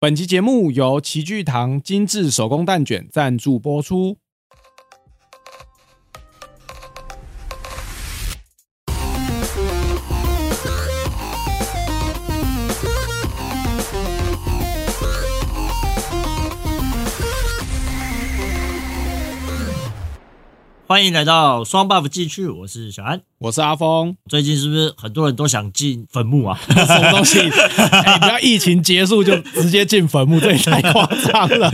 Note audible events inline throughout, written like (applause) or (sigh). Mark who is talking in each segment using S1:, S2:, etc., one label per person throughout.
S1: 本期节目由齐聚堂精致手工蛋卷赞助播出。
S2: 欢迎来到双 buff 继续，我是小安。
S1: 我是阿峰，
S2: (laughs) 最近是不是很多人都想进坟墓啊？ (laughs)
S1: 什么东西？哎、不要疫情结束就直接进坟墓，这也太夸张
S2: (laughs)
S1: 了。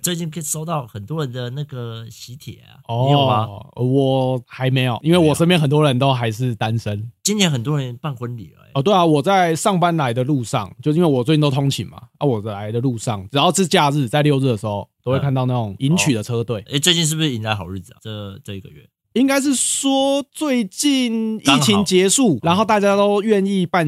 S2: 最近可以收到很多人的那个喜帖啊，
S1: 哦，
S2: 你有吗？
S1: 我还没有，因为我身边很多人都还是单身。
S2: 今年很多人办婚礼了、欸，
S1: 哦，对啊，我在上班来的路上，就是因为我最近都通勤嘛，啊，我来的路上，只要是假日，在六日的时候，都会看到那种迎娶的车队。
S2: 哎、最近是不是迎来好日子啊？这这一个月，
S1: 应该是说最近
S2: 刚
S1: 疫
S2: 好
S1: 情结束，然后大家都愿意办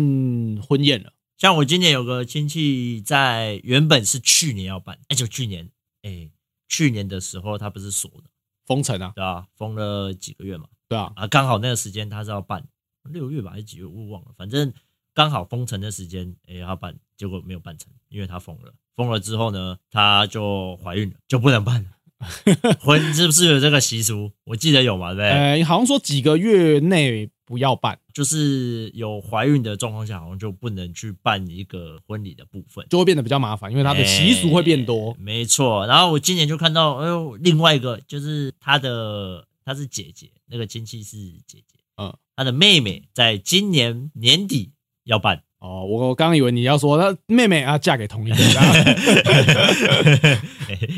S1: 婚宴了。
S2: 像我今年有个亲戚在，原本是去年要办，哎、就去年，哎、去年的时候他不是锁的，
S1: 封城啊，
S2: 对吧、封了几个月嘛，
S1: 对啊，
S2: 啊，刚好那个时间他是要办六月吧，还是几月我忘了，反正刚好封城的时间，哎、要办，结果没有办成，因为他封了。封了之后呢，她就怀孕了，就不能办了。婚是不是有这个习俗？我记得有嘛，对不对？
S1: 呃，好像说几个月内不要办，
S2: 就是有怀孕的状况下，好像就不能去办一个婚礼的部分。
S1: 就会变得比较麻烦，因为它的习俗会变多
S2: 哎。没错。然后我今年就看到，哎呦，另外一个就是她的，她是姐姐，那个亲戚是姐姐，
S1: 嗯，
S2: 她的妹妹在今年年底要办， (laughs)
S1: 哦，我我刚刚以为你要说，那妹妹啊嫁给同一个
S2: (laughs)
S1: 人，啊
S2: 哎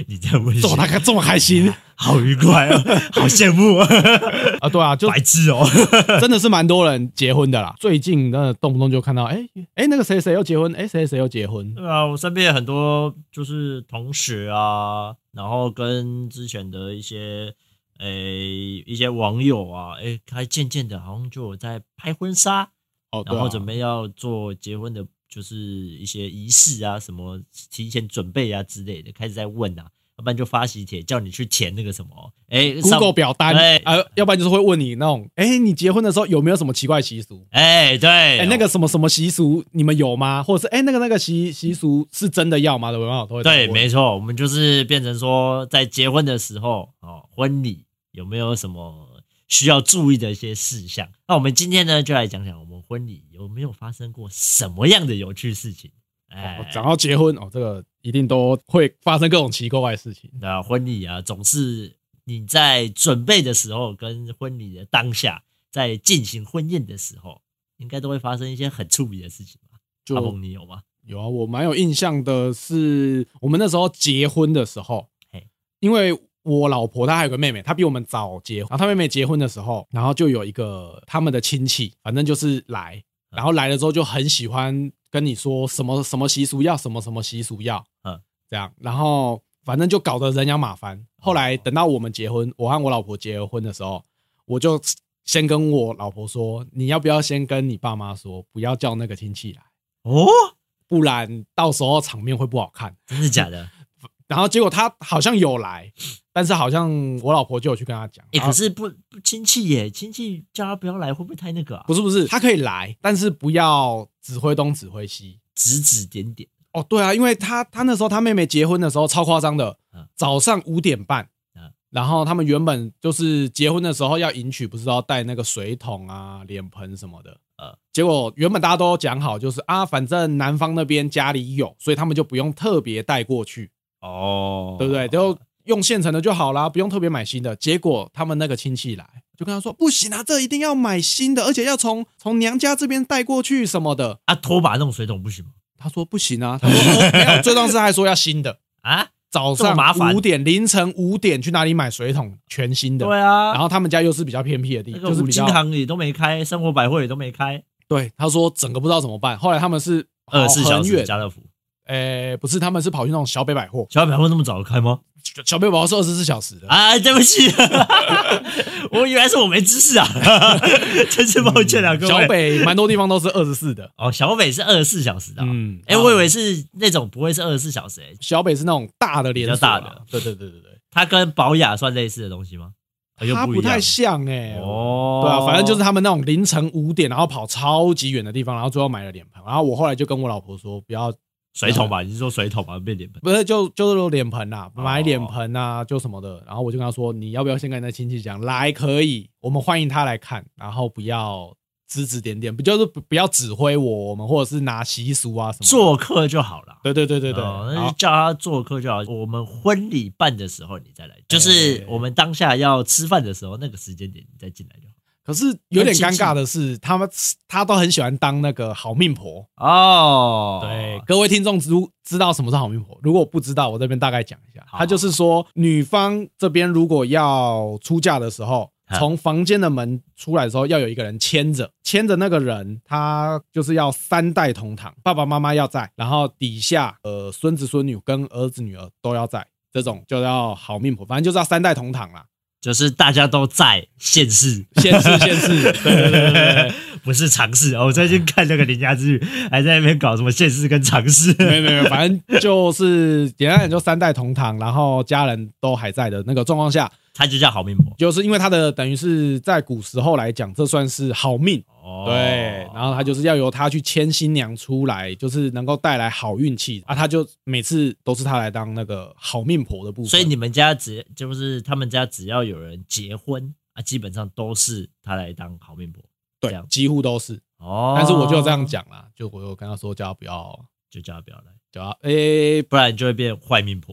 S2: 你这样问，
S1: 这么大概这么开
S2: (laughs)
S1: 心
S2: 好愉
S1: (laughs)
S2: 快哦，好羡慕哦，
S1: 啊？对啊，就
S2: 白痴哦。
S1: 真的是蛮多人结婚的啦。最近那动不动就看到，哎哎，那个谁谁又结婚，哎谁谁又结婚，
S2: 对啊，我身边很多就是同学啊，然后跟之前的一些诶、一些网友啊，诶、还渐渐的好像就有在拍婚纱，
S1: 哦，对
S2: 然后准
S1: 啊，
S2: 备要做结婚的，就是一些仪式啊，什么提前准备啊之类的，开始在问啊，要不然就发喜帖叫你去填那个什么，诶、上哎
S1: Google 表单
S2: 对，
S1: 呃，要不然就是会问你那种，哎，你结婚的时候有没有什么奇怪习俗？
S2: 哎、对，
S1: 哎，那个什么什么习俗你们有吗？或者是哎，那个那个习习俗是真的要吗？对吧？都会这样
S2: 对，
S1: 问
S2: 没错，我们就是变成说，在结婚的时候哦，婚礼有没有什么需要注意的一些事项？那我们今天呢，就来讲讲我们婚礼有没有发生过什么样的有趣事情？
S1: 哦
S2: 哎，
S1: 讲到结婚哦，这个一定都会发生各种奇怪的事情。
S2: 那婚礼啊，总是你在准备的时候，跟婚礼的当下，在进行婚宴的时候，应该都会发生一些很触鼻的事情吧？
S1: 就
S2: 阿鹏，你有吗？
S1: 有啊，我蛮有印象的是，我们那时候结婚的时候
S2: 嘿，
S1: 因为我老婆她还有个妹妹，她比我们早结婚。然后她妹妹结婚的时候，然后就有一个他们的亲戚，反正就是来，
S2: 嗯
S1: 然后来了之后就很喜欢跟你说什么什么习俗要，什么什么习俗要，
S2: 嗯，
S1: 这样，然后反正就搞得人仰马翻。后来等到我们结婚，我和我老婆结婚的时候，我就先跟我老婆说，你要不要先跟你爸妈说，不要叫那个亲戚来。
S2: 哦，
S1: 不然到时候场面会不好看。
S2: 真的
S1: (laughs)
S2: 假的？
S1: 然后结果他好像有来，但是好像我老婆就有去跟他讲，
S2: 哎、
S1: 然
S2: 可
S1: 后
S2: 是不不亲戚耶，亲戚叫他不要来，会不会太那个啊？
S1: 不是不是，他可以来，但是不要指挥东指挥西。
S2: 指指点点
S1: 哦，对啊，因为他他那时候他妹妹结婚的时候超夸张的
S2: 嗯，
S1: 早上五点半
S2: 嗯，
S1: 然后他们原本就是结婚的时候要迎娶，不是都要带那个水桶啊、脸盆什么的。
S2: 嗯
S1: 结果原本大家都讲好，就是啊，反正男方那边家里有，所以他们就不用特别带过去。
S2: 哦
S1: 对不对？就用现成的就好啦，不用特别买新的。结果他们那个亲戚来，就跟他说不行啊，这一定要买新的，而且要从从娘家这边带过去什么的。
S2: 啊，拖把那种水桶不行吗？
S1: 他说不行啊，他说、哦、没有， (laughs) 最重要是他还说要新的。
S2: 啊，
S1: 早
S2: 这么
S1: 上
S2: 麻烦
S1: 五点凌晨五点去哪里买水桶？全新的。
S2: 对啊，
S1: 然后他们家又是比较偏僻的地，
S2: 那个
S1: 就是
S2: 五
S1: 比
S2: 金
S1: 较
S2: 行也都没开，生活百货也都没开，
S1: 对。他说整个不知道怎么办。后来他们是跑
S2: 二十四小
S1: 哦很
S2: 时
S1: 远，
S2: 家乐福，
S1: 诶，不是，他们是跑去那种小北百货，
S2: 小百货那么早就开吗？
S1: 小小北百货是二十四小时的。
S2: 啊，对不起，我以为是我没知识啊， (laughs) 真是抱歉啊，各位。
S1: 嗯小北蛮多地方都是二十四
S2: (laughs)
S1: 的。
S2: 哦，小北是二十四小时的、啊，
S1: 嗯，
S2: 哎、我以为是那种不会是二十四小时、哎，
S1: 小北是那种大的连锁啊
S2: 比较大
S1: 啦
S2: 的，
S1: 对对对对对，
S2: 它跟宝雅算类似的东西吗？好像
S1: 它
S2: 不
S1: 不
S2: 一样
S1: 太像哎、
S2: 哦，
S1: 对啊，反正就是他们那种啊凌晨五点，然后跑超级远的地方，然后最后买了脸盆，然后我后来就跟我老婆说，不要
S2: 水桶吧？你是说水桶吧？变脸盆？
S1: 不是就就是脸盆啦，
S2: 哦
S1: 买脸盆啊，就什么的。然后我就跟他说，你要不要先跟你的亲戚讲，来可以，我们欢迎他来看，然后不要指指点点，不就是不不要指挥我，我们或者是拿习俗啊什么的。
S2: 做客就好了。
S1: 对对对对对，
S2: 哦
S1: 然
S2: 那
S1: 后
S2: 就叫他做客就好。我们婚礼办的时候你再来，
S1: 哎
S2: 就是我们当下要吃饭的时候那个时间点你再进来就好。
S1: 可是有点尴尬的是，他们他都很喜欢当那个好命婆。
S2: 哦，
S1: 对，，各位听众知知道什么是好命婆？如果不知道，我这边大概讲一下。
S2: 好
S1: 他就是说，女方这边如果要出嫁的时候
S2: 嗯，
S1: 从房间的门出来的时候，要有一个人牵着，牵着那个人，他就是要三代同堂，爸爸妈妈要在，然后底下呃孙子孙女跟儿子女儿都要在，这种就叫好命婆，反正就是要三代同堂啦。
S2: 就是大家都在现世。
S1: 现
S2: (laughs)
S1: 世 (laughs) 现世，对对对对对。
S2: 不是尝试哦，我最近看那个林家之语，还在那边搞什么现世跟尝试。
S1: 没有没有，没有反正就是简单点，就三代同堂，然后家人都还在的那个状况下，
S2: (laughs) 他就叫好命婆。
S1: 就是因为他的等于是在古时候来讲，这算是好命，
S2: 哦
S1: 对。然后他就是要由他去牵新娘出来，就是能够带来好运气啊。他就每次都是他来当那个好命婆的部分，
S2: 所以你们家只就是他们家只要有人结婚啊，基本上都是他来当好命婆。这
S1: 对
S2: 样
S1: 几乎都是。
S2: 哦，
S1: 但是我就这样，讲啦，就我就跟他说叫他不要。
S2: 就叫他不要来，
S1: 叫他诶、
S2: 不然你就会变坏命婆。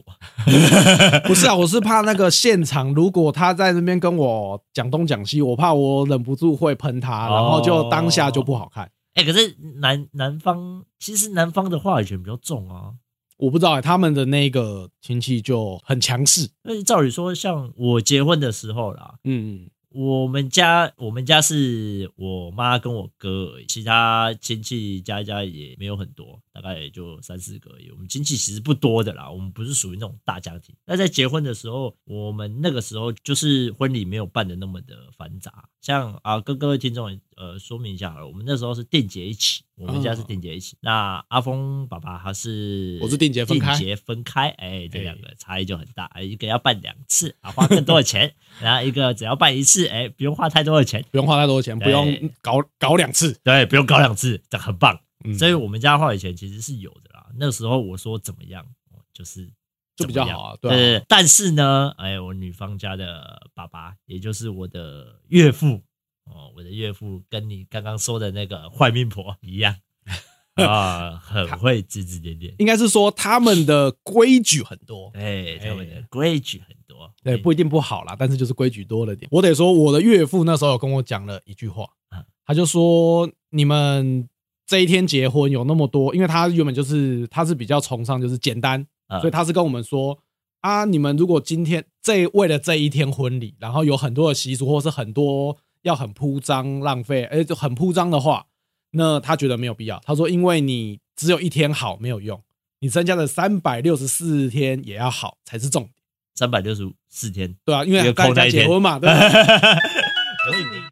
S1: 不是啊，我是怕那个现场，如果他在那边跟我讲东讲西，我怕我忍不住会喷他，
S2: 哦
S1: 然后就当下就不好看。
S2: 哎、可是南南方其实南方的话语权比较重啊。
S1: 我不知道、欸、他们的那个亲戚就很强势，
S2: 那照理说，像我结婚的时候啦，
S1: 嗯，
S2: 我们家我们家是我妈跟我哥而已，其他亲戚加一加也没有很多，大概也就三四个而已。我们亲戚其实不多的啦，我们不是属于那种大家庭。那在结婚的时候，我们那个时候就是婚礼没有办的那么的繁杂，像啊跟各位听众呃说明一下好了，我们那时候是定结一起，我们家是定结一起。那阿峰爸爸他是
S1: 嗯我是定结分开
S2: 定结分开，哎，这
S1: 哎
S2: 两个差异就很大，哎，一个要办两次啊，花更多的 (laughs) 钱。然后一个只要办一次，哎，不用花太多的钱，
S1: 不用花太多钱，
S2: 对
S1: 不用搞搞两次，
S2: 对，不用搞两次，这很棒。
S1: 嗯，
S2: 所以我们家花语权其实是有的啦。那时候我说怎么样，哦就是
S1: 就比较好啊
S2: 怎么样
S1: 对啊
S2: 对。但是呢，哎，我女方家的爸爸，也就是我的岳父，哦，我的岳父跟你刚刚说的那个坏命婆一样 (laughs) 啊，很会指指点点。
S1: 应该是说他们的规矩很多，
S2: 哎，他们的规矩很多。
S1: 对，不一定不好啦，但是就是规矩多了点。我得说，我的岳父那时候有跟我讲了一句话
S2: 嗯，
S1: 他就说你们。这一天结婚有那么多，因为他原本就是他是比较崇尚就是简单，
S2: 哎，
S1: 所以
S2: 他
S1: 他是跟我们说啊，你们如果今天这为了这一天婚礼，然后有很多的习俗，或是很多要很铺张浪费，哎、就很铺张的话，那他觉得没有必要。他说，因为你只有一天好没有用，你剩下的三百六十四天也要好才是重点，
S2: 三百六十四天
S1: 对啊，因为
S2: 也
S1: 大
S2: 扣那
S1: 家
S2: 一
S1: 结
S2: 天
S1: 婚
S2: (laughs)
S1: 嘛，对吧、啊
S2: 有你没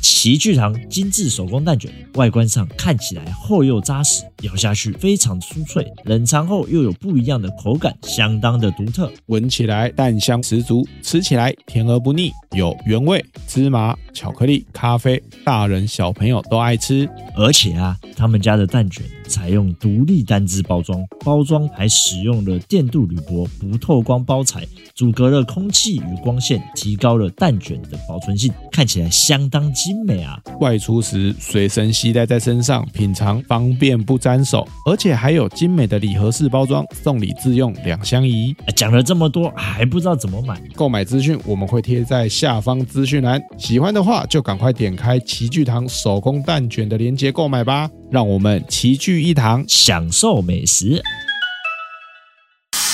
S2: 奇聚堂精致手工蛋卷，外观上看起来厚又扎实，咬下去非常酥脆，冷藏后又有不一样的口感，相当的独特。
S1: 闻起来蛋香十足，吃起来甜而不腻，有原味、芝麻、巧克力、咖啡，大人小朋友都爱吃。
S2: 而且啊，他们家的蛋卷采用独立单只包装，包装还使用了电镀铝箔不透光包材，阻隔了空气与光线，提高了蛋卷的保存性，看起来相当精美啊！
S1: 外出时随身携带在身上，品尝方便不沾手，而且还有精美的礼盒式包装，送礼自用两相宜。
S2: 啊讲了这么多，还不知道怎么买。
S1: 购买资讯我们会贴在下方资讯栏，喜欢的话就赶快点开齐聚堂手工蛋卷的链接购买吧，让我们齐聚一堂。
S2: 享受美食。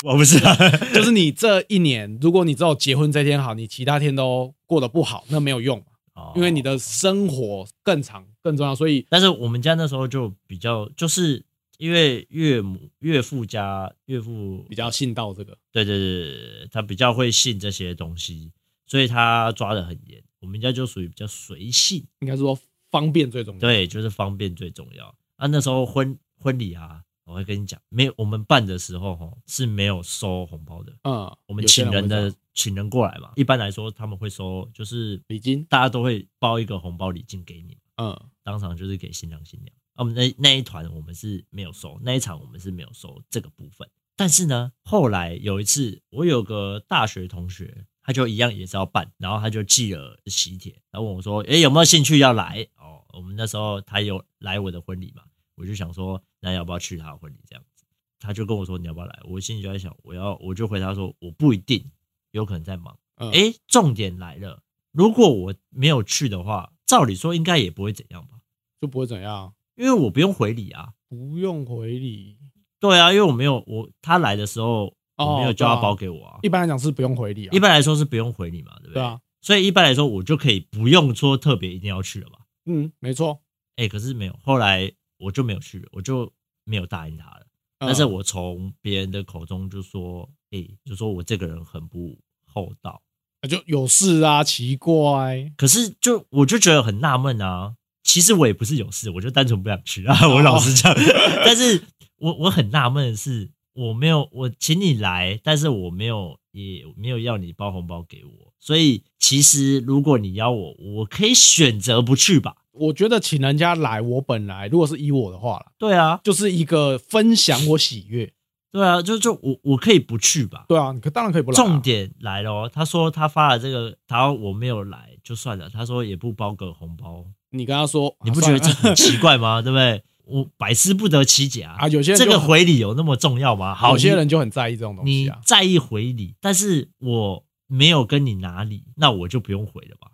S2: 我不知道，
S1: 就是你这一年，如果你只有结婚这天好，你其他天都过得不好，那没有用， (laughs) 因为你的生活更长更重要，所以
S2: 哦但是我们家那时候就比较，就是因为岳母、岳父家、岳父
S1: 比较信到这个。
S2: 对对对对对，他比较会信这些东西，所以他抓的很严。我们家就属于比较随性，
S1: 应该说方便最重要。
S2: 对，就是方便最重要。啊，那时候婚婚礼啊，我会跟你讲，没有我们办的时候吼是没有收红包的，
S1: 嗯，
S2: 我们
S1: 有些
S2: 请人
S1: 会这样
S2: 的请人过来嘛，一般来说他们会收，就是
S1: 礼金，
S2: 大家都会包一个红包礼金给你，
S1: 嗯，
S2: 当场就是给新郎新娘啊我们那那一团我们是没有收，那一场我们是没有收这个部分。但是呢，后来有一次，我有个大学同学，他就一样也是要办，然后他就寄了喜帖，他问我说：“诶，有没有兴趣要来？”哦，我们那时候他有来我的婚礼嘛，我就想说，那要不要去他的婚礼这样子？他就跟我说：“你要不要来？”我心里就在想，我要我就回答说：“我不一定，有可能在忙。”
S1: 嗯
S2: 诶，重点来了，如果我没有去的话，照理说应该也不会怎样吧，
S1: 就不会怎样，
S2: 因为我不用回礼啊。
S1: 不用回礼。
S2: 对啊，因为我没有我他来的时候，
S1: 哦
S2: 我没有
S1: 对
S2: 叫他
S1: 啊
S2: 包给我啊。
S1: 一般来讲是不用回礼啊，
S2: 一般来说是不用回礼嘛，对不对？
S1: 对啊，
S2: 所以一般来说我就可以不用说特别一定要去了吧？
S1: 嗯，没错。
S2: 哎、可是没有，后来我就没有去了，我就没有答应他了。
S1: 嗯
S2: 但是我从别人的口中就说，哎、就说我这个人很不厚道。
S1: 就有事啊，奇怪，
S2: 可是就我就觉得很纳闷啊，其实我也不是有事，我就单纯不想去
S1: 哦
S2: 啊。我老实讲， (laughs) 但是我我很纳闷的是，我没有我请你来，但是我没有也没有要你包红包给我，所以其实如果你邀我，我可以选择不去吧？
S1: 我觉得请人家来，我本来如果是依我的话啦，
S2: 对啊，
S1: 就是一个分享我喜悦，
S2: 对啊，就就我我可以不去吧？
S1: 对啊，你可当然可以不来啊、
S2: 重点来了哦，他说他发了这个，他说我没有来就算了，他说也不包个红包，
S1: 你跟他说，
S2: 你
S1: 啊
S2: 不觉得
S1: 算
S2: 这
S1: 了
S2: 很奇怪吗？ (laughs) 对不对？我百思不得其解啊
S1: 啊？有些人
S2: 这个
S1: 就
S2: 回礼有那么重要吗？好，
S1: 有些
S2: 你
S1: 人就很在意这种东西
S2: 你
S1: 啊，
S2: 在意回礼，但是我没有跟你拿礼，那我就不用回了吧？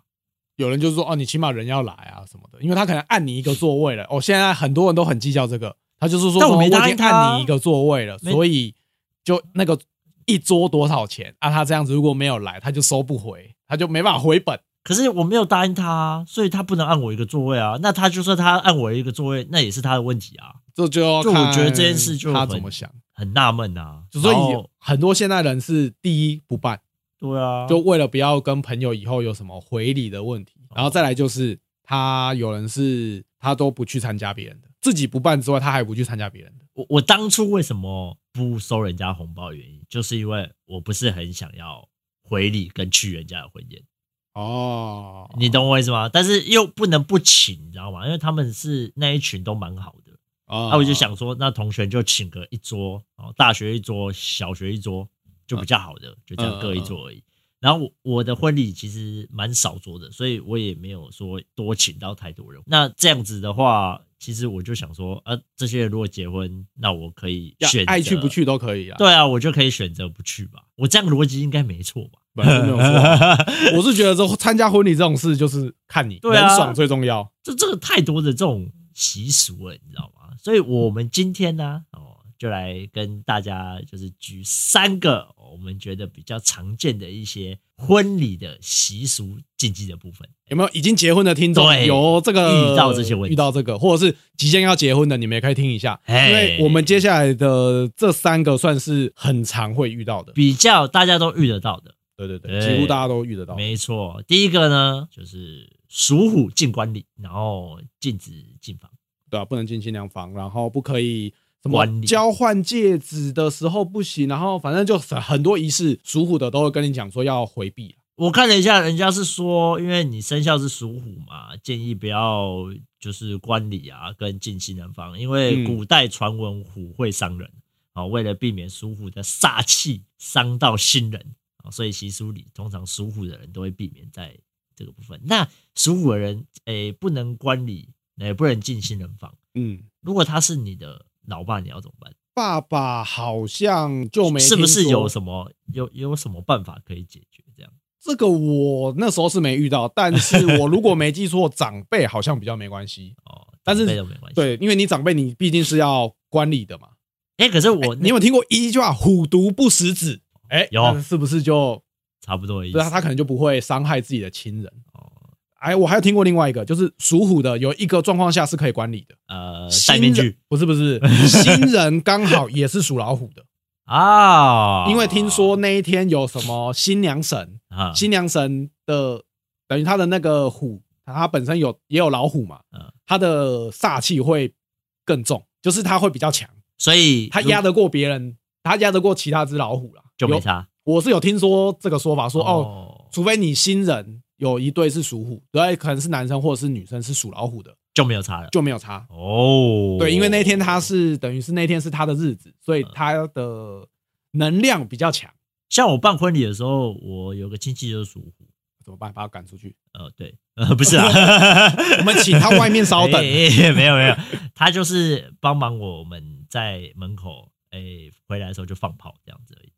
S1: 有人就是说，哦，你起码人要来啊什么的，因为他可能按你一个座位了。哦，现在很多人都很计较这个，他就是说，
S2: 但我没
S1: 什么
S2: 答
S1: 我已
S2: 应
S1: 经
S2: 他啊
S1: 按你一个座位了，
S2: 没
S1: 所以就那个一桌多少钱啊？他这样子如果没有来，他就收不回，他就没办法回本。
S2: 可是我没有答应他啊，所以他不能按我一个座位啊。那他就算他按我一个座位，那也是他的问题啊，
S1: 这就要
S2: 就我
S1: 看
S2: 觉得这件事就
S1: 他
S2: 很
S1: 怎么想。
S2: 很纳闷啊。
S1: 所以
S2: 然后
S1: 很多现代人是第一不办，
S2: 对啊，
S1: 就为了不要跟朋友以后有什么回礼的问题，
S2: 哦
S1: 然后再来就是他有人是他都不去参加别人的，自己不办之外，他还不去参加别人的。
S2: 我我当初为什么不收人家红包的原因，就是因为我不是很想要回礼跟去人家的婚宴，
S1: 哦，
S2: 你懂我意思吗？但是又不能不请，你知道吗？因为他们是那一群都蛮好的，
S1: 啊
S2: 那、我就想说，那同学就请个一桌，哦，大学一桌，小学一桌，就
S1: 啊
S2: 比较好的，就这
S1: 嗯
S2: 样各一桌而已。然后我我的婚礼其实蛮少桌的，所以我也没有说多请到太多人。那这样子的话，其实我就想说，呃，这些人如果结婚，那我可以
S1: 要
S2: 选择
S1: 爱去不去都可以啦。
S2: 对啊，我就可以选择不去吧。我这样逻辑应该没错吧？
S1: 本来就没有错。啊我是觉得这参加婚礼这种事就是看你
S2: 对啊
S1: 人爽最重要。
S2: 就这个太多的这种习俗了，你知道吗？所以
S1: 嗯
S2: 我们今天呢，哦，就来跟大家就是举三个哦我们觉得比较常见的一些婚礼的习俗禁忌的部分。
S1: 有没有已经结婚的听众
S2: 对
S1: 有这个
S2: 遇到这些问题
S1: 遇到这个，或者是即将要结婚的，你们也可以听一下，因
S2: 哎
S1: 为我们接下来的这三个算是很常会遇到的。
S2: 比较大家都遇得到的，
S1: 对对对，
S2: 对
S1: 几乎大家都遇得到。
S2: 没错。第一个呢，就是属虎进官礼，然后禁止进房。
S1: 对啊，不能进新娘房，然后不可以什么
S2: 管理
S1: 交换戒指的时候不行，然后反正就很多仪式，属虎的都会跟你讲说要回避。啊
S2: 我看了一下，人家是说，因为你生肖是属虎嘛，建议不要就是观礼啊，跟进新人方，因为
S1: 嗯
S2: 古代传闻虎会伤人啊、为了避免属虎的煞气伤到新人啊、所以习俗里通常属虎的人都会避免在这个部分。那属虎的人，诶、不能观礼，也不能进新人房。
S1: 嗯，
S2: 如果他是你的老爸，你要怎么办？
S1: 爸爸好像就没
S2: 是不是
S1: 听说
S2: 有什么有有什么办法可以解决这样？
S1: 这个我那时候是没遇到，但是我如果没记错，长辈好像比较没关
S2: (laughs)
S1: 系。
S2: 哦，
S1: 但是
S2: 长辈都没关系。
S1: 对，因为你长辈你毕竟是要管理的嘛。
S2: 哎、可是我、
S1: 你有没有听过一句话“虎毒不食子”？哎，
S2: 有
S1: 那是不是就
S2: 差不多的意思。
S1: 对啊？他可能就不会伤害自己的亲人。
S2: 哦，
S1: 哎，我还有听过另外一个，就是属虎的有一个状况下是可以管理的，
S2: 呃，
S1: 新
S2: 戴
S1: 人
S2: 面具
S1: 不是不
S2: (laughs)
S1: 是，新人刚好也是属老虎的，
S2: 啊，
S1: 因为听说那一天有什么新娘神，
S2: 啊，
S1: 新娘神的等于他的那个虎，他本身有也有老虎嘛
S2: 嗯，
S1: 他的煞气会更重，就是他会比较强，
S2: 所以
S1: 他压
S2: 的
S1: 得过别人，他压得过其他只老虎啦。
S2: 就没
S1: 有
S2: 差。
S1: 我是有听说这个说法，说哦，
S2: 哦，
S1: 除非你新人有一对是属虎，对，可能是男生或者是女生是属老虎的，
S2: 就没有差了。
S1: 就没有差。
S2: 哦，嗯
S1: 对，因为那天他是等于是那天是他的日子，所以他的能量比较强。
S2: 像我办婚礼的时候，我有个亲戚就是属虎，
S1: 怎么办？把他赶出去？
S2: 呃，对， (laughs) 呃，不是啊，
S1: (laughs) 我们请他外面稍等。
S2: 哎 (laughs) 哎哎没有没有，他就是帮忙我们在门口，哎、回来的时候就放炮这样子而已，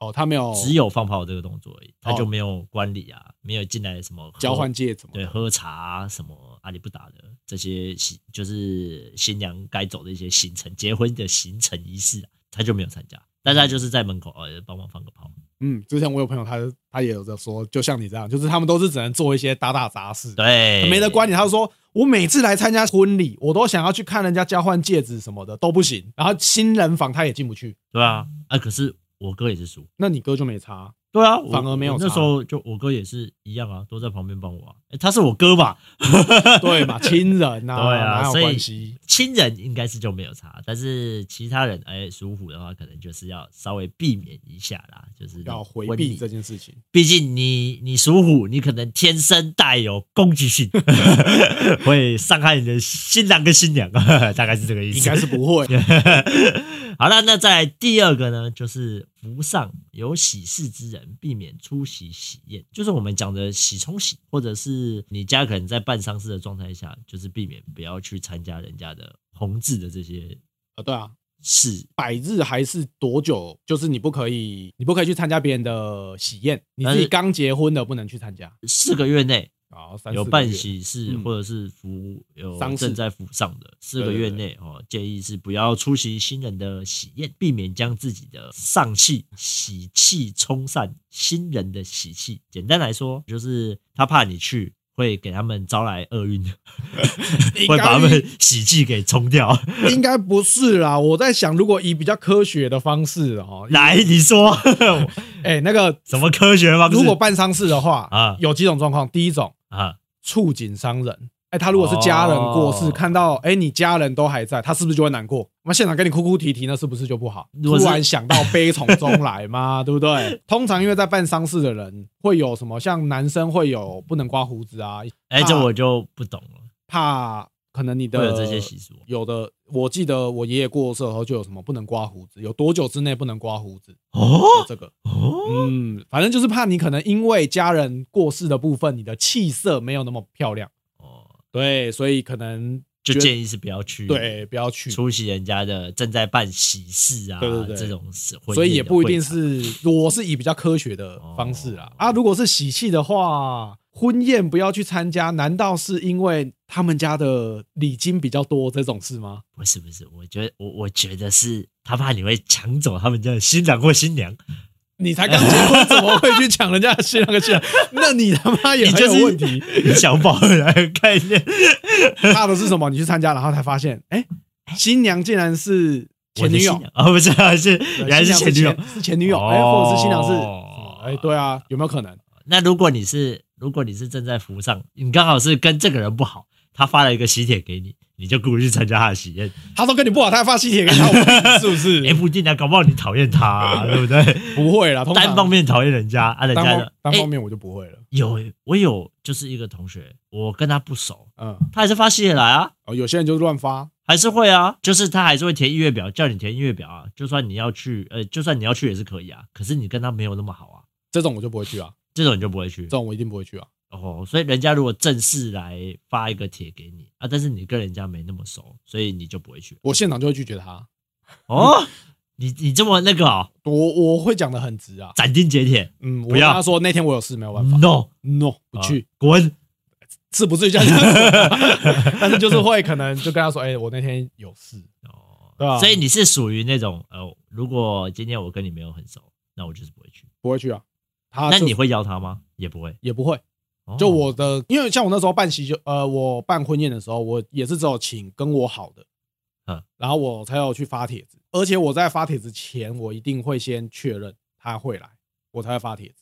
S1: 哦，他没有
S2: 只有放炮这个动作而已，他
S1: 哦
S2: 就没有观礼啊，没有进来什么喝
S1: 交换，戒指嘛？
S2: 对，喝茶啊、什么阿里不打的这些行，就是新娘该走的一些行程，结婚的行程仪式、啊，他就没有参加，但是他就是在门口呃帮忙放个炮，
S1: 嗯，之前我有朋友他，他也有在说，就像你这样，就是他们都是只能做一些打打杂事，
S2: 对，
S1: 没得观你。他就说我每次来参加婚礼，我都想要去看人家交换戒指什么的，都不行。然后新人房他也进不去，
S2: 对啊，啊，可是我哥也是属
S1: 那你哥就没
S2: (laughs)
S1: 差。
S2: 对啊，
S1: 反
S2: 我
S1: 而没有
S2: 我那
S1: 差
S2: 时候就我哥也是一样啊，都在旁边帮我啊。诶他是我哥吧？
S1: 对嘛，亲人呐、
S2: (laughs) 对啊
S1: 哪有
S2: 所以
S1: 关系？
S2: 亲人应该是就没有差，但是其他人哎，属虎的话，可能就是要稍微避免一下啦，就是那种
S1: 要回
S2: 婚
S1: 避
S2: 礼
S1: 这件事情。
S2: 毕竟你你属虎，你可能天生带有攻击
S1: (laughs)
S2: 性，会伤害你的新郎跟新娘， (laughs) 大概是这个意思。
S1: 应该是不会
S2: (laughs) 好了，那在第二个呢，就是福上有喜事之人，避免出席喜宴，就是我们讲的喜冲喜，或者是你家可能在办丧事的状态下，就是避免不要去参加人家的红字的这些
S1: 啊，对啊，
S2: 事。
S1: 百日还是多久？就是你不可以，你不可以去参加别人的喜宴，你
S2: 但
S1: 自
S2: 是
S1: 己刚结婚的不能去参加。
S2: 四个月内
S1: 啊，三
S2: 有
S1: 四个 (laughs)
S2: 办
S1: 月
S2: 喜事
S1: 嗯
S2: 或者是服有
S1: 丧事
S2: 正在服上的四个
S1: 对对
S2: 月
S1: 对
S2: 内哦，建议是不要出席新人的喜宴，避免将自己的丧气喜气冲散新人的喜气。简单来说，就是他怕你去。会给他们招来厄运，会把他们喜气给冲掉。
S1: (laughs)
S2: (laughs)
S1: 应该不是啦，我在想，如果以比较科学的方式哦，
S2: 来，你说 (laughs)
S1: 哎、那个
S2: 什么科学方式？
S1: 如果办丧事的话
S2: 啊
S1: 有几种状况，第一种
S2: 啊，
S1: 触景伤人。哎、他如果是家人过世，
S2: 哦
S1: 看到哎、你家人都还在，他是不是就会难过？那现场跟你哭哭啼啼，那是不是就不好？
S2: 如
S1: 突
S2: 果是
S1: 然想到悲从中来
S2: (laughs)
S1: 嘛，对不对？通常因为在办丧事的人会有什么，像男生会有不能刮胡子啊，
S2: 哎，这
S1: 怕
S2: 我就不懂了。
S1: 怕可能你的
S2: 会有这些习俗
S1: 有的，我记得我爷爷过世的时候就有什么不能刮胡子，有多久之内不能刮胡子？有
S2: 哦
S1: 这个，
S2: 哦，
S1: 嗯，反正就是怕你可能因为家人过世的部分，你的气色没有那么漂亮，
S2: 哦
S1: 对，所以可能
S2: 就
S1: 觉得
S2: 建议是不要去。
S1: 对不要去，
S2: 出席人家的正在办喜事
S1: 嗯
S2: 啊，
S1: 对对对
S2: 这种事，婚宴的
S1: 所以也不一定
S2: 会哦
S1: 是我是以比较科学的方式啦。啊，如果是喜气的话，婚宴不要去参加，难道是因为他们家的礼金比较多这种事吗？
S2: 场不是不是，我觉得我我觉得是他怕你会抢走他们家的新郎或新娘，
S1: 你才刚结婚，怎么会去抢人家的新郎跟新 (laughs) 娘？那你他妈 (laughs) 也
S2: (laughs) 你
S1: 很
S2: 就是
S1: 有问题。
S2: 小宝的概念，
S1: 怕的是什么？你去参加，然后才发现，哎、新娘竟然是 (laughs) 前女
S2: (laughs) 我的新
S1: 友
S2: 娘，啊，不是啊，是
S1: 对
S2: 原来是
S1: 新
S2: 前
S1: 娘
S2: 女友。
S1: 是前女友，哎、或
S2: 哦
S1: 者是新娘是什么，哎、对啊，有没有可能？
S2: 那如果你是如果你是正在服上，你刚好是跟这个人不好，他发了一个喜帖给你，你就故意去参加他的喜宴，
S1: 他都跟你不好，他还发喜帖给 (laughs) 他，是不
S2: 也
S1: 是？
S2: 不一定啊，搞不好你讨厌他、啊，对不对？
S1: 不会啦，通常
S2: 单方面讨厌人家，啊，人
S1: 单
S2: 家
S1: 方
S2: 的
S1: 单方
S2: 哎
S1: 面我就不会了。
S2: 有我有就是一个同学，我跟他不熟，
S1: 嗯，
S2: 他还是发信来啊，
S1: 哦，有些人就乱发，
S2: 还是会啊，就是他还是会填音乐表，叫你填音乐表啊。就算你要去，呃，就算你要去也是可以啊。可是你跟他没有那么好啊，
S1: 这种我就不会去啊，
S2: 这种你就不会去
S1: 这种我一定不会去啊。
S2: 哦。所以人家如果正式来发一个帖给你啊，但是你跟人家没那么熟，所以你就不会去
S1: 我现场就会拒绝他，嗯
S2: 哦。你你这么那个哦，
S1: 我我会讲的很直啊。
S2: 斩钉截铁
S1: 嗯，我
S2: 不
S1: 跟
S2: 要
S1: 他说那天我有事，没有办法
S2: ，no，
S1: ，no 不
S2: 啊
S1: 去，
S2: 滚。
S1: 是不至于这样讲啊， (laughs) 但是就是会可能就跟他说，哎，我那天有事，
S2: 哦
S1: 对啊
S2: 所以你是属于那种呃，如果今天我跟你没有很熟，那我就是不会去。
S1: 不会去啊。他
S2: 那
S1: 就
S2: 你会邀他吗？也不会。
S1: 也不会。
S2: 哦
S1: 就我的，因为像我那时候办喜酒，呃，我办婚宴的时候，我也是只有请跟我好的，
S2: 嗯，
S1: 然后我才有去发帖子，而且我在发帖子前，我一定会先确认他会来，我才会发帖子。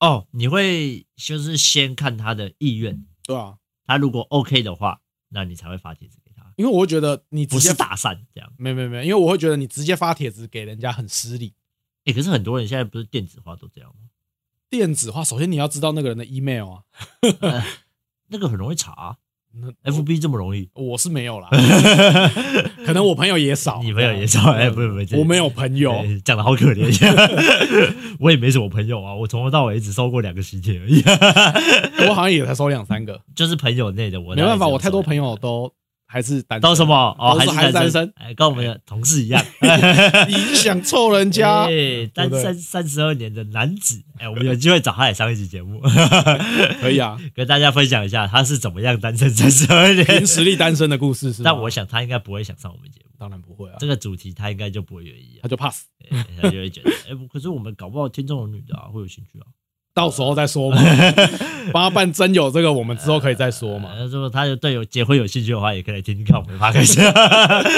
S2: 哦，你会就是先看他的意愿，
S1: 对啊，
S2: 他如果 OK 的话，那你才会发帖子给他，
S1: 因为我会觉得你直
S2: 不
S1: 接
S2: 是，打散这样。
S1: 没有没有没有，因为我会觉得你直接发帖子给人家很失礼。
S2: 哎、可是很多人现在不是电子化都这样吗？
S1: 电子化，首先你要知道那个人的 email 啊，
S2: 那个很容易查啊、
S1: 那
S2: FB 这么
S1: (laughs)
S2: 容易？
S1: 我是没有啦， (laughs) 可能我朋友也少，
S2: 你朋友也少哎不不不
S1: 哦我没有朋友，
S2: 哎讲的好可怜， (laughs) 我也没什么朋友啊，我从头到尾只收过两个喜帖而已， (laughs)
S1: 我好像也才收两三个，
S2: 就是朋友内的我
S1: 没
S2: 大概
S1: 办法，
S2: 只有
S1: 我太多
S2: 收两
S1: 朋友都还是单身
S2: 都什么哦，
S1: 都是
S2: 还是
S1: 还
S2: 单
S1: 是单身
S2: 哎，跟我们的同事一样，
S1: 你想凑人家，
S2: (laughs) 哎，单
S1: 对
S2: 身三十二年的男子，哎，我们有机会找他来上一期节目， (laughs)
S1: 可以啊，
S2: 跟大家分享一下他是怎么样单身三十二年
S1: 凭。实力单身的故事是吗，
S2: 但我想他应该不会想上我们节目，
S1: 当然不会啊
S2: 这，个主题他应该就不会愿意啊
S1: 他，就 pass，
S2: 哎他就会觉得，哎，不可是我们搞不好听众有女的啊，会有兴趣啊。
S1: 到时候再
S2: (laughs)
S1: 说嘛，帮他办真有这个，我们之后可以再说嘛，
S2: (laughs) 呃如果他有对有结婚有兴趣的话，也可以来听听看我们的 podcast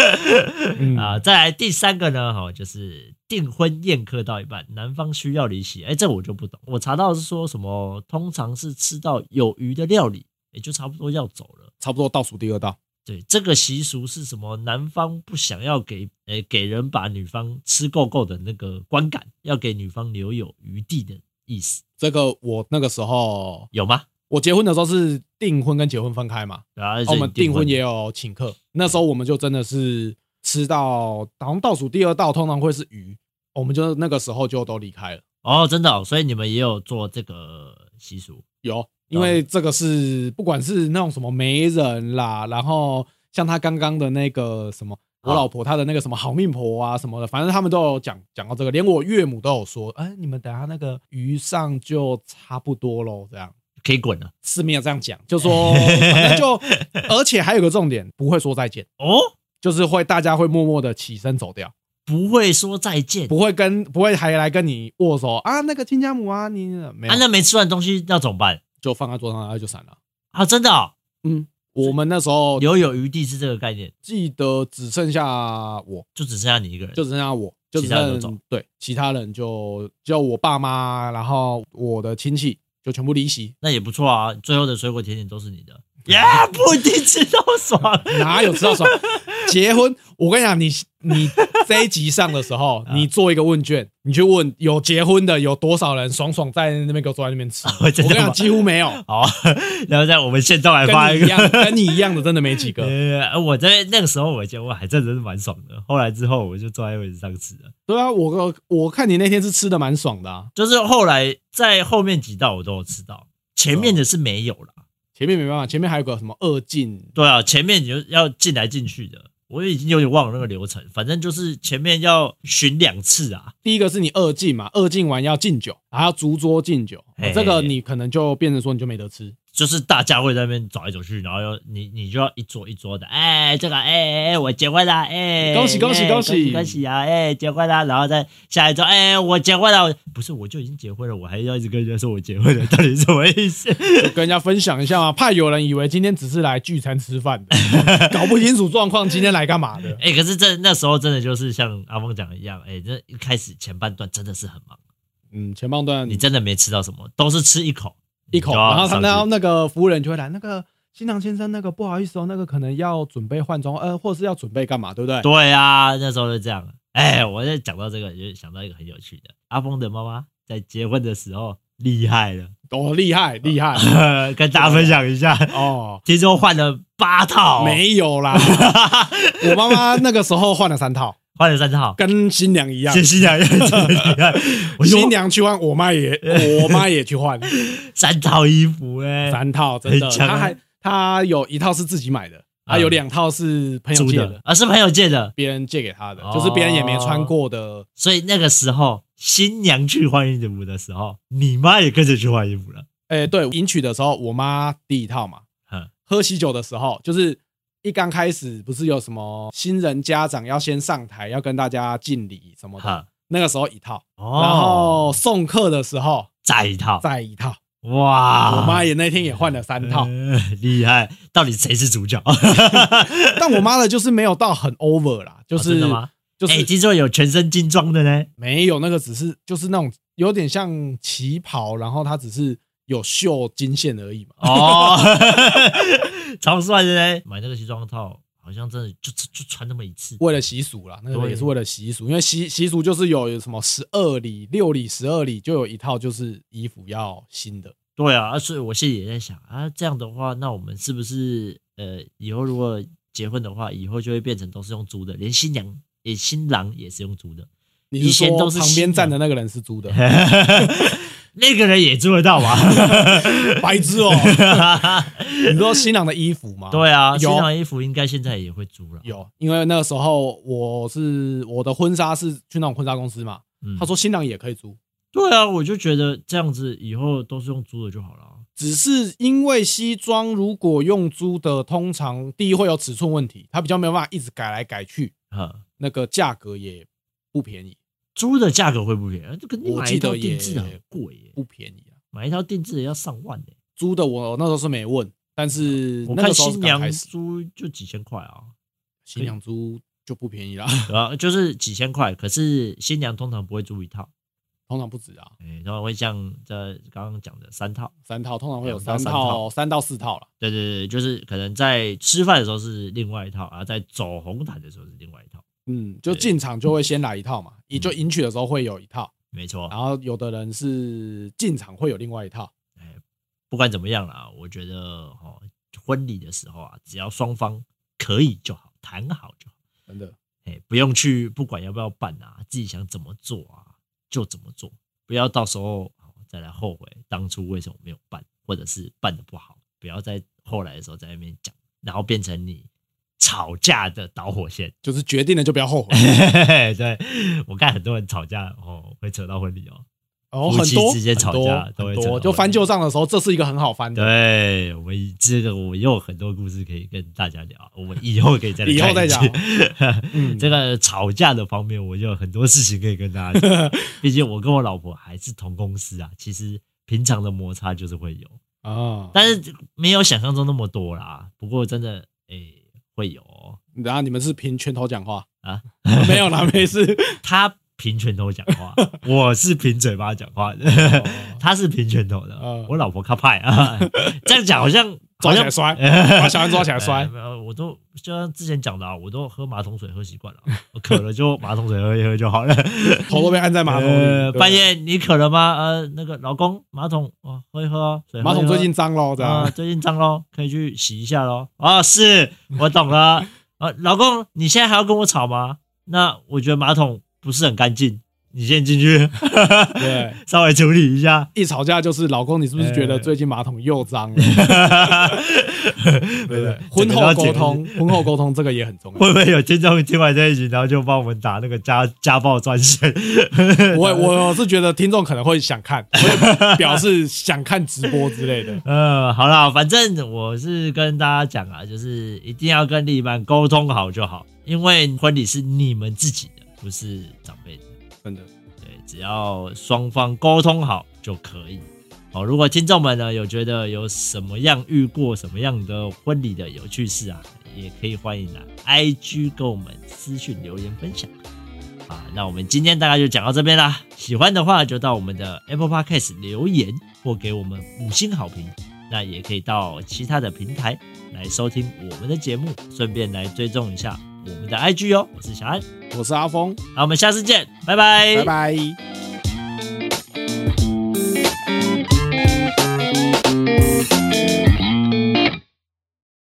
S1: 嗯
S2: 啊。 (laughs) 再来第三个呢，哈，就是订婚宴客到一半，男方需要离席，哎，这我就不懂。我查到是说什么，通常是吃到有余的料理，也就差不多要走了。
S1: 差不多倒数第二道，
S2: 对，这个习俗是什么？男方不想要给呃给人把女方吃够够的那个观感，要给女方留有余地的意思，
S1: 这个我那个时候
S2: 有吗？
S1: 我结婚的时候是订婚跟结婚分开嘛，
S2: 对啊，
S1: 哦我
S2: 所以
S1: 们
S2: 你订
S1: 订婚也有请客，那时候我们就真的是吃到好像倒数第二道，通常会是鱼，我们就那个时候就都离开了。
S2: 哦，真的、哦，所以你们也有做这个习俗。
S1: 有，因为这个是不管是那种什么媒人啦，然后像他刚刚的那个什么。我
S2: 好
S1: 老婆她的那个什么好命婆啊什么的，反正他们都有讲讲到这个，连我岳母都有说，哎，你们等下那个鱼上就差不多喽，这样
S2: 可以滚了
S1: 是没有这样讲，就
S2: (laughs)
S1: 说反正就，而且还有个重点，不会说再见，
S2: 哦，
S1: 就是会大家会默默的起身走掉，
S2: 不会说再见
S1: 不会跟不会还来跟你握手啊，那个亲家母啊，你没有、
S2: 啊？那没吃完东西要怎么办
S1: 就放在桌上，然后就散了。
S2: 啊？真的、哦，
S1: 嗯，我们那时候
S2: 留有余地是这个概念，
S1: 记得只剩下我，
S2: 就只剩下你一个人，
S1: 就只剩下我，就只
S2: 其他人都
S1: 剩
S2: 走
S1: 对其他人就就我爸妈，然后我的亲戚就全部离席，
S2: 那也不错啊。最后的水果甜点都是你
S1: (laughs)
S2: 的，耶、不一定吃到爽。 (laughs)
S1: 哪有吃到爽？结婚，我跟你讲，你你这一集上的时
S2: (laughs)
S1: 候，
S2: 啊
S1: 你做一个问卷，你去问有结婚的有多少人爽爽在那边给我坐在那边吃，我
S2: (laughs) 真
S1: 跟你
S2: 的吗
S1: 讲几乎没有，
S2: 好， (laughs) 然后在我们现在还哎发
S1: 跟你
S2: 一
S1: 一
S2: 个。
S1: 样跟你一样的真的没几
S2: (laughs)
S1: 个。
S2: 呃，我在那个时候，我觉得我还真的是蛮爽的。后来之后，我就坐在位置上吃了。
S1: 对啊，我我看你那天是吃的蛮爽的、啊，
S2: 就是后来在后面几道我都有吃到，前面的是没有了。
S1: 前面没办法，前面还有个什么二进
S2: 对啊，前面你就要进来进去的，我已经有点忘了那个流程，反正就是前面要巡两次啊。
S1: 第一个是你二进嘛，二进完要敬酒，还要逐桌敬酒，
S2: 嘿
S1: 这个你可能就变成说你就没得吃。
S2: 就是大家会在那边走来走去，然后要你你就要一桌一桌的，哎、这个哎哎哎，我结婚啦，哎、
S1: 恭喜恭喜
S2: 哎
S1: 恭
S2: 恭
S1: 喜
S2: 恭喜啊，哎、结婚啦，然后再下一桌，哎、我结婚了，不是我就已经结婚了，我还要一直跟人家说我结婚了， (laughs) 到底是什么意思？
S1: 跟人家分享一下嘛，怕有人以为今天只是来聚餐吃饭的，
S2: (laughs)
S1: 搞不清楚状况，今天来干嘛的？
S2: 哎、可是真那时候真的就是像阿峰讲的一样，哎、这一开始前半段真的是很忙，
S1: 嗯，前半段
S2: 你真的没吃到什么，都是吃一口
S1: 一口，
S2: 你就要
S1: 然后他
S2: 上去
S1: 然后那个服务人就会来，那个新郎先生，那个不好意思哦，那个可能要准备换装，呃，或是要准备干嘛，对不对？
S2: (laughs) 对啊，那时候就这样。哎，我在讲到这个，就想到一个很有趣的，阿峰的妈妈在结婚的时候厉害了， (laughs)
S1: 哦，厉害厉害
S2: 跟大家分享一下，
S1: 哦，
S2: 听说换了八套，
S1: 没有啦，我妈妈那个时候换了三套，
S2: (laughs) 换了三套，
S1: 跟新娘一样
S2: 谢。新娘哎也真的
S1: (laughs)
S2: 厉害，我
S1: 新
S2: 用
S1: 娘去换，我妈
S2: (laughs)
S1: 也，我妈也去换，
S2: 三套衣服哎、
S1: 三套真的，
S2: 很强啊嗯
S1: 他还他有一套是自己买的，还有两套是朋友
S2: 租
S1: 借
S2: 的
S1: 的，
S2: 啊是朋友借的，
S1: 别人借给他的，
S2: 哦
S1: 就是别人也没穿过的。
S2: 所以那个时候新娘去换衣服的时候，你妈也跟着去换衣服了，
S1: 哎，对，迎娶的时候，我妈第一套嘛
S2: 嗯，
S1: 喝喜酒的时候，就是一刚开始不是有什么新人家长要先上台要跟大家敬礼什么的，
S2: 哈，
S1: 那个时候一套，然
S2: 哦，
S1: 后送客的时候
S2: 再一套，
S1: 再一套。
S2: 哇，
S1: 我妈也那天也换了三套，
S2: 呃厉害，到底谁是主角？
S1: 但我妈的就是没有到很 over 啦， (laughs) 就
S2: 哦
S1: 是
S2: 真的吗？
S1: 就
S2: 哎、
S1: 是
S2: 听说有全身精装的呢，
S1: 没有，那个只是就是那种有点像旗袍，然后它只是有绣金线而已嘛。
S2: 哦， (laughs) 超帅的呢。买那个西装套，好像真的就就就穿那么一次，
S1: 为了习俗啦，那个
S2: 对
S1: 也是为了习俗，因为习习俗就是有什么十二里、六里、十二里，就有一套就是衣服要新的，
S2: 对啊，啊所以我现在也在想啊，这样的话，那我们是不是呃，以后如果结婚的话，以后就会变成都是用租的，连新娘、也新郎也是用
S1: (laughs)
S2: 租的，
S1: 你
S2: 以
S1: 是
S2: 前
S1: 说
S2: 都是
S1: 旁
S2: 新
S1: 边
S2: 的
S1: 站的那个人是租
S2: (laughs)
S1: 的，
S2: 那个人也租
S1: (laughs)
S2: 得到嘛？
S1: 白痴哦！你说新郎的衣服
S2: (laughs)
S1: 吗？
S2: 对啊，新
S1: 有
S2: 郎衣服应该现在也会租了。
S1: 有，因为那个时候我是我的婚纱是去那种婚纱公司嘛，
S2: 嗯
S1: 他说新郎也可以租，
S2: 对啊，我就觉得这样子以后都是用租的就好了啊。
S1: 只是因为西装如果用租的，通常第一会有尺寸问题，它比较没有办法一直改来改去，
S2: 哈，
S1: 那个价格也不便宜，
S2: 租的价格会不会便宜？这跟你
S1: 我
S2: 买
S1: 记
S2: 一套
S1: 得
S2: 定制的
S1: 也
S2: 很贵耶，
S1: 不便宜啊。
S2: 买一套定制的要上万耶。
S1: 租的我那时候是没问，但是
S2: 嗯我
S1: 那
S2: 看
S1: 个时候是
S2: 新
S1: 刚
S2: 娘
S1: 开始
S2: 租就几千块啊，
S1: 新娘租就不便宜啦， (laughs)
S2: 对啊，就是几千块。可是新娘通常不会租一套，
S1: 通常不止啊，
S2: 哎、通常会像这刚刚讲的三套。
S1: 三套，通常会有
S2: 两到
S1: 三
S2: 三
S1: 套、三到四套啦。
S2: 对对对，就是可能在吃饭的时候是另外一套，然啊后在走红毯的时候是另外一套，
S1: 嗯，就
S2: 对
S1: 进场就会先来一套嘛，也就迎娶的时候会有一套，
S2: 没错。
S1: 然后有的人是进场会有另外一套，
S2: 不管怎么样啦，我觉得哦，婚礼的时候啊，只要双方可以就好，谈好就好，
S1: 真的
S2: 哎、不用去不管要不要办啊，自己想怎么做啊就怎么做，不要到时候、哦、再来后悔当初为什么没有办，或者是办的不好，不要在后来的时候在那边讲，然后变成你吵架的导火线。 (laughs)
S1: 就是决定了就不要后悔
S2: 对我看很多人吵架哦，会扯到婚礼哦。
S1: 哦，
S2: 夫
S1: 很
S2: 妻
S1: 多
S2: 之间吵架
S1: 很
S2: 都
S1: 多
S2: 会
S1: 很
S2: 这
S1: 多，
S2: 样
S1: 就翻旧账的时候，这是一个很好翻的，
S2: 对我们这个，我又有很多故事可以跟大家聊，我们以后可以再来
S1: 以后再
S2: 看一集
S1: 嗯
S2: (laughs) 这个吵架的方面，我就有很多事情可以跟大家讲。毕竟我跟我老婆还是同公司啊，其实平常的摩擦就是会有，
S1: 啊。
S2: 但是没有想象中那么多啦。不过真的，诶，会有、哦。
S1: 然后你们是凭拳头讲话
S2: 啊
S1: 啊？没有啦，没
S2: (laughs)
S1: 事。
S2: 他凭拳头讲话，我是凭嘴巴讲话的。 (laughs) 他是平拳头的，
S1: 嗯
S2: 我老婆靠派啊， (laughs) 这样讲好像
S1: 抓
S2: 好
S1: 起
S2: 像
S1: 来摔，把小安抓起来
S2: 哎
S1: 摔
S2: (laughs) 没。有我都就像之前讲的啊，我都喝马桶水喝习惯了， (laughs) 我渴了就马桶水喝一喝就好了。
S1: 头都被按在马桶里
S2: 呃
S1: 对不对
S2: 半夜你渴了吗？呃，那个老公，马桶哦，喝一喝啊，水喝
S1: 马
S2: 一喝
S1: 桶最近脏喽，这
S2: 啊、
S1: 样
S2: 最近脏喽，可以去洗一下喽。啊，是我懂了。 (laughs) 啊，老公，你现在还要跟我吵吗？那我觉得马桶不是很干净，你先进去，
S1: 对。
S2: (laughs) 稍微处理一下。
S1: 一吵架就是老公，你是不是觉得
S2: 哎
S1: 最近马桶又
S2: (laughs)
S1: 脏了？对
S2: 对
S1: 不对，婚后沟通，婚后沟通这个也很
S2: (laughs)
S1: 重要。
S2: 会不会有听众听完这一集，然后就帮我们打那个家家暴专线？
S1: 我我是觉得听众可能会想看，会表示想看直播之类的。
S2: 呃，好啦，反正我是跟大家讲啊，就是一定要跟另一半沟通好就好，因为婚礼是你们自己的，不是长辈的。
S1: 真的，
S2: 对，只要双方沟通好就可以。好，如果听众们呢有觉得有什么样遇过什么样的婚礼的有趣事啊，也可以欢迎来 IG 跟我们私讯留言分享。啊，那我们今天大概就讲到这边啦。喜欢的话就到我们的 Apple Podcast 留言或给我们五星好评。那也可以到其他的平台来收听我们的节目，顺便来追踪一下我们的 IG 哦。我是小安，
S1: 我是阿峰，
S2: 那我们下次见，拜
S1: 拜拜。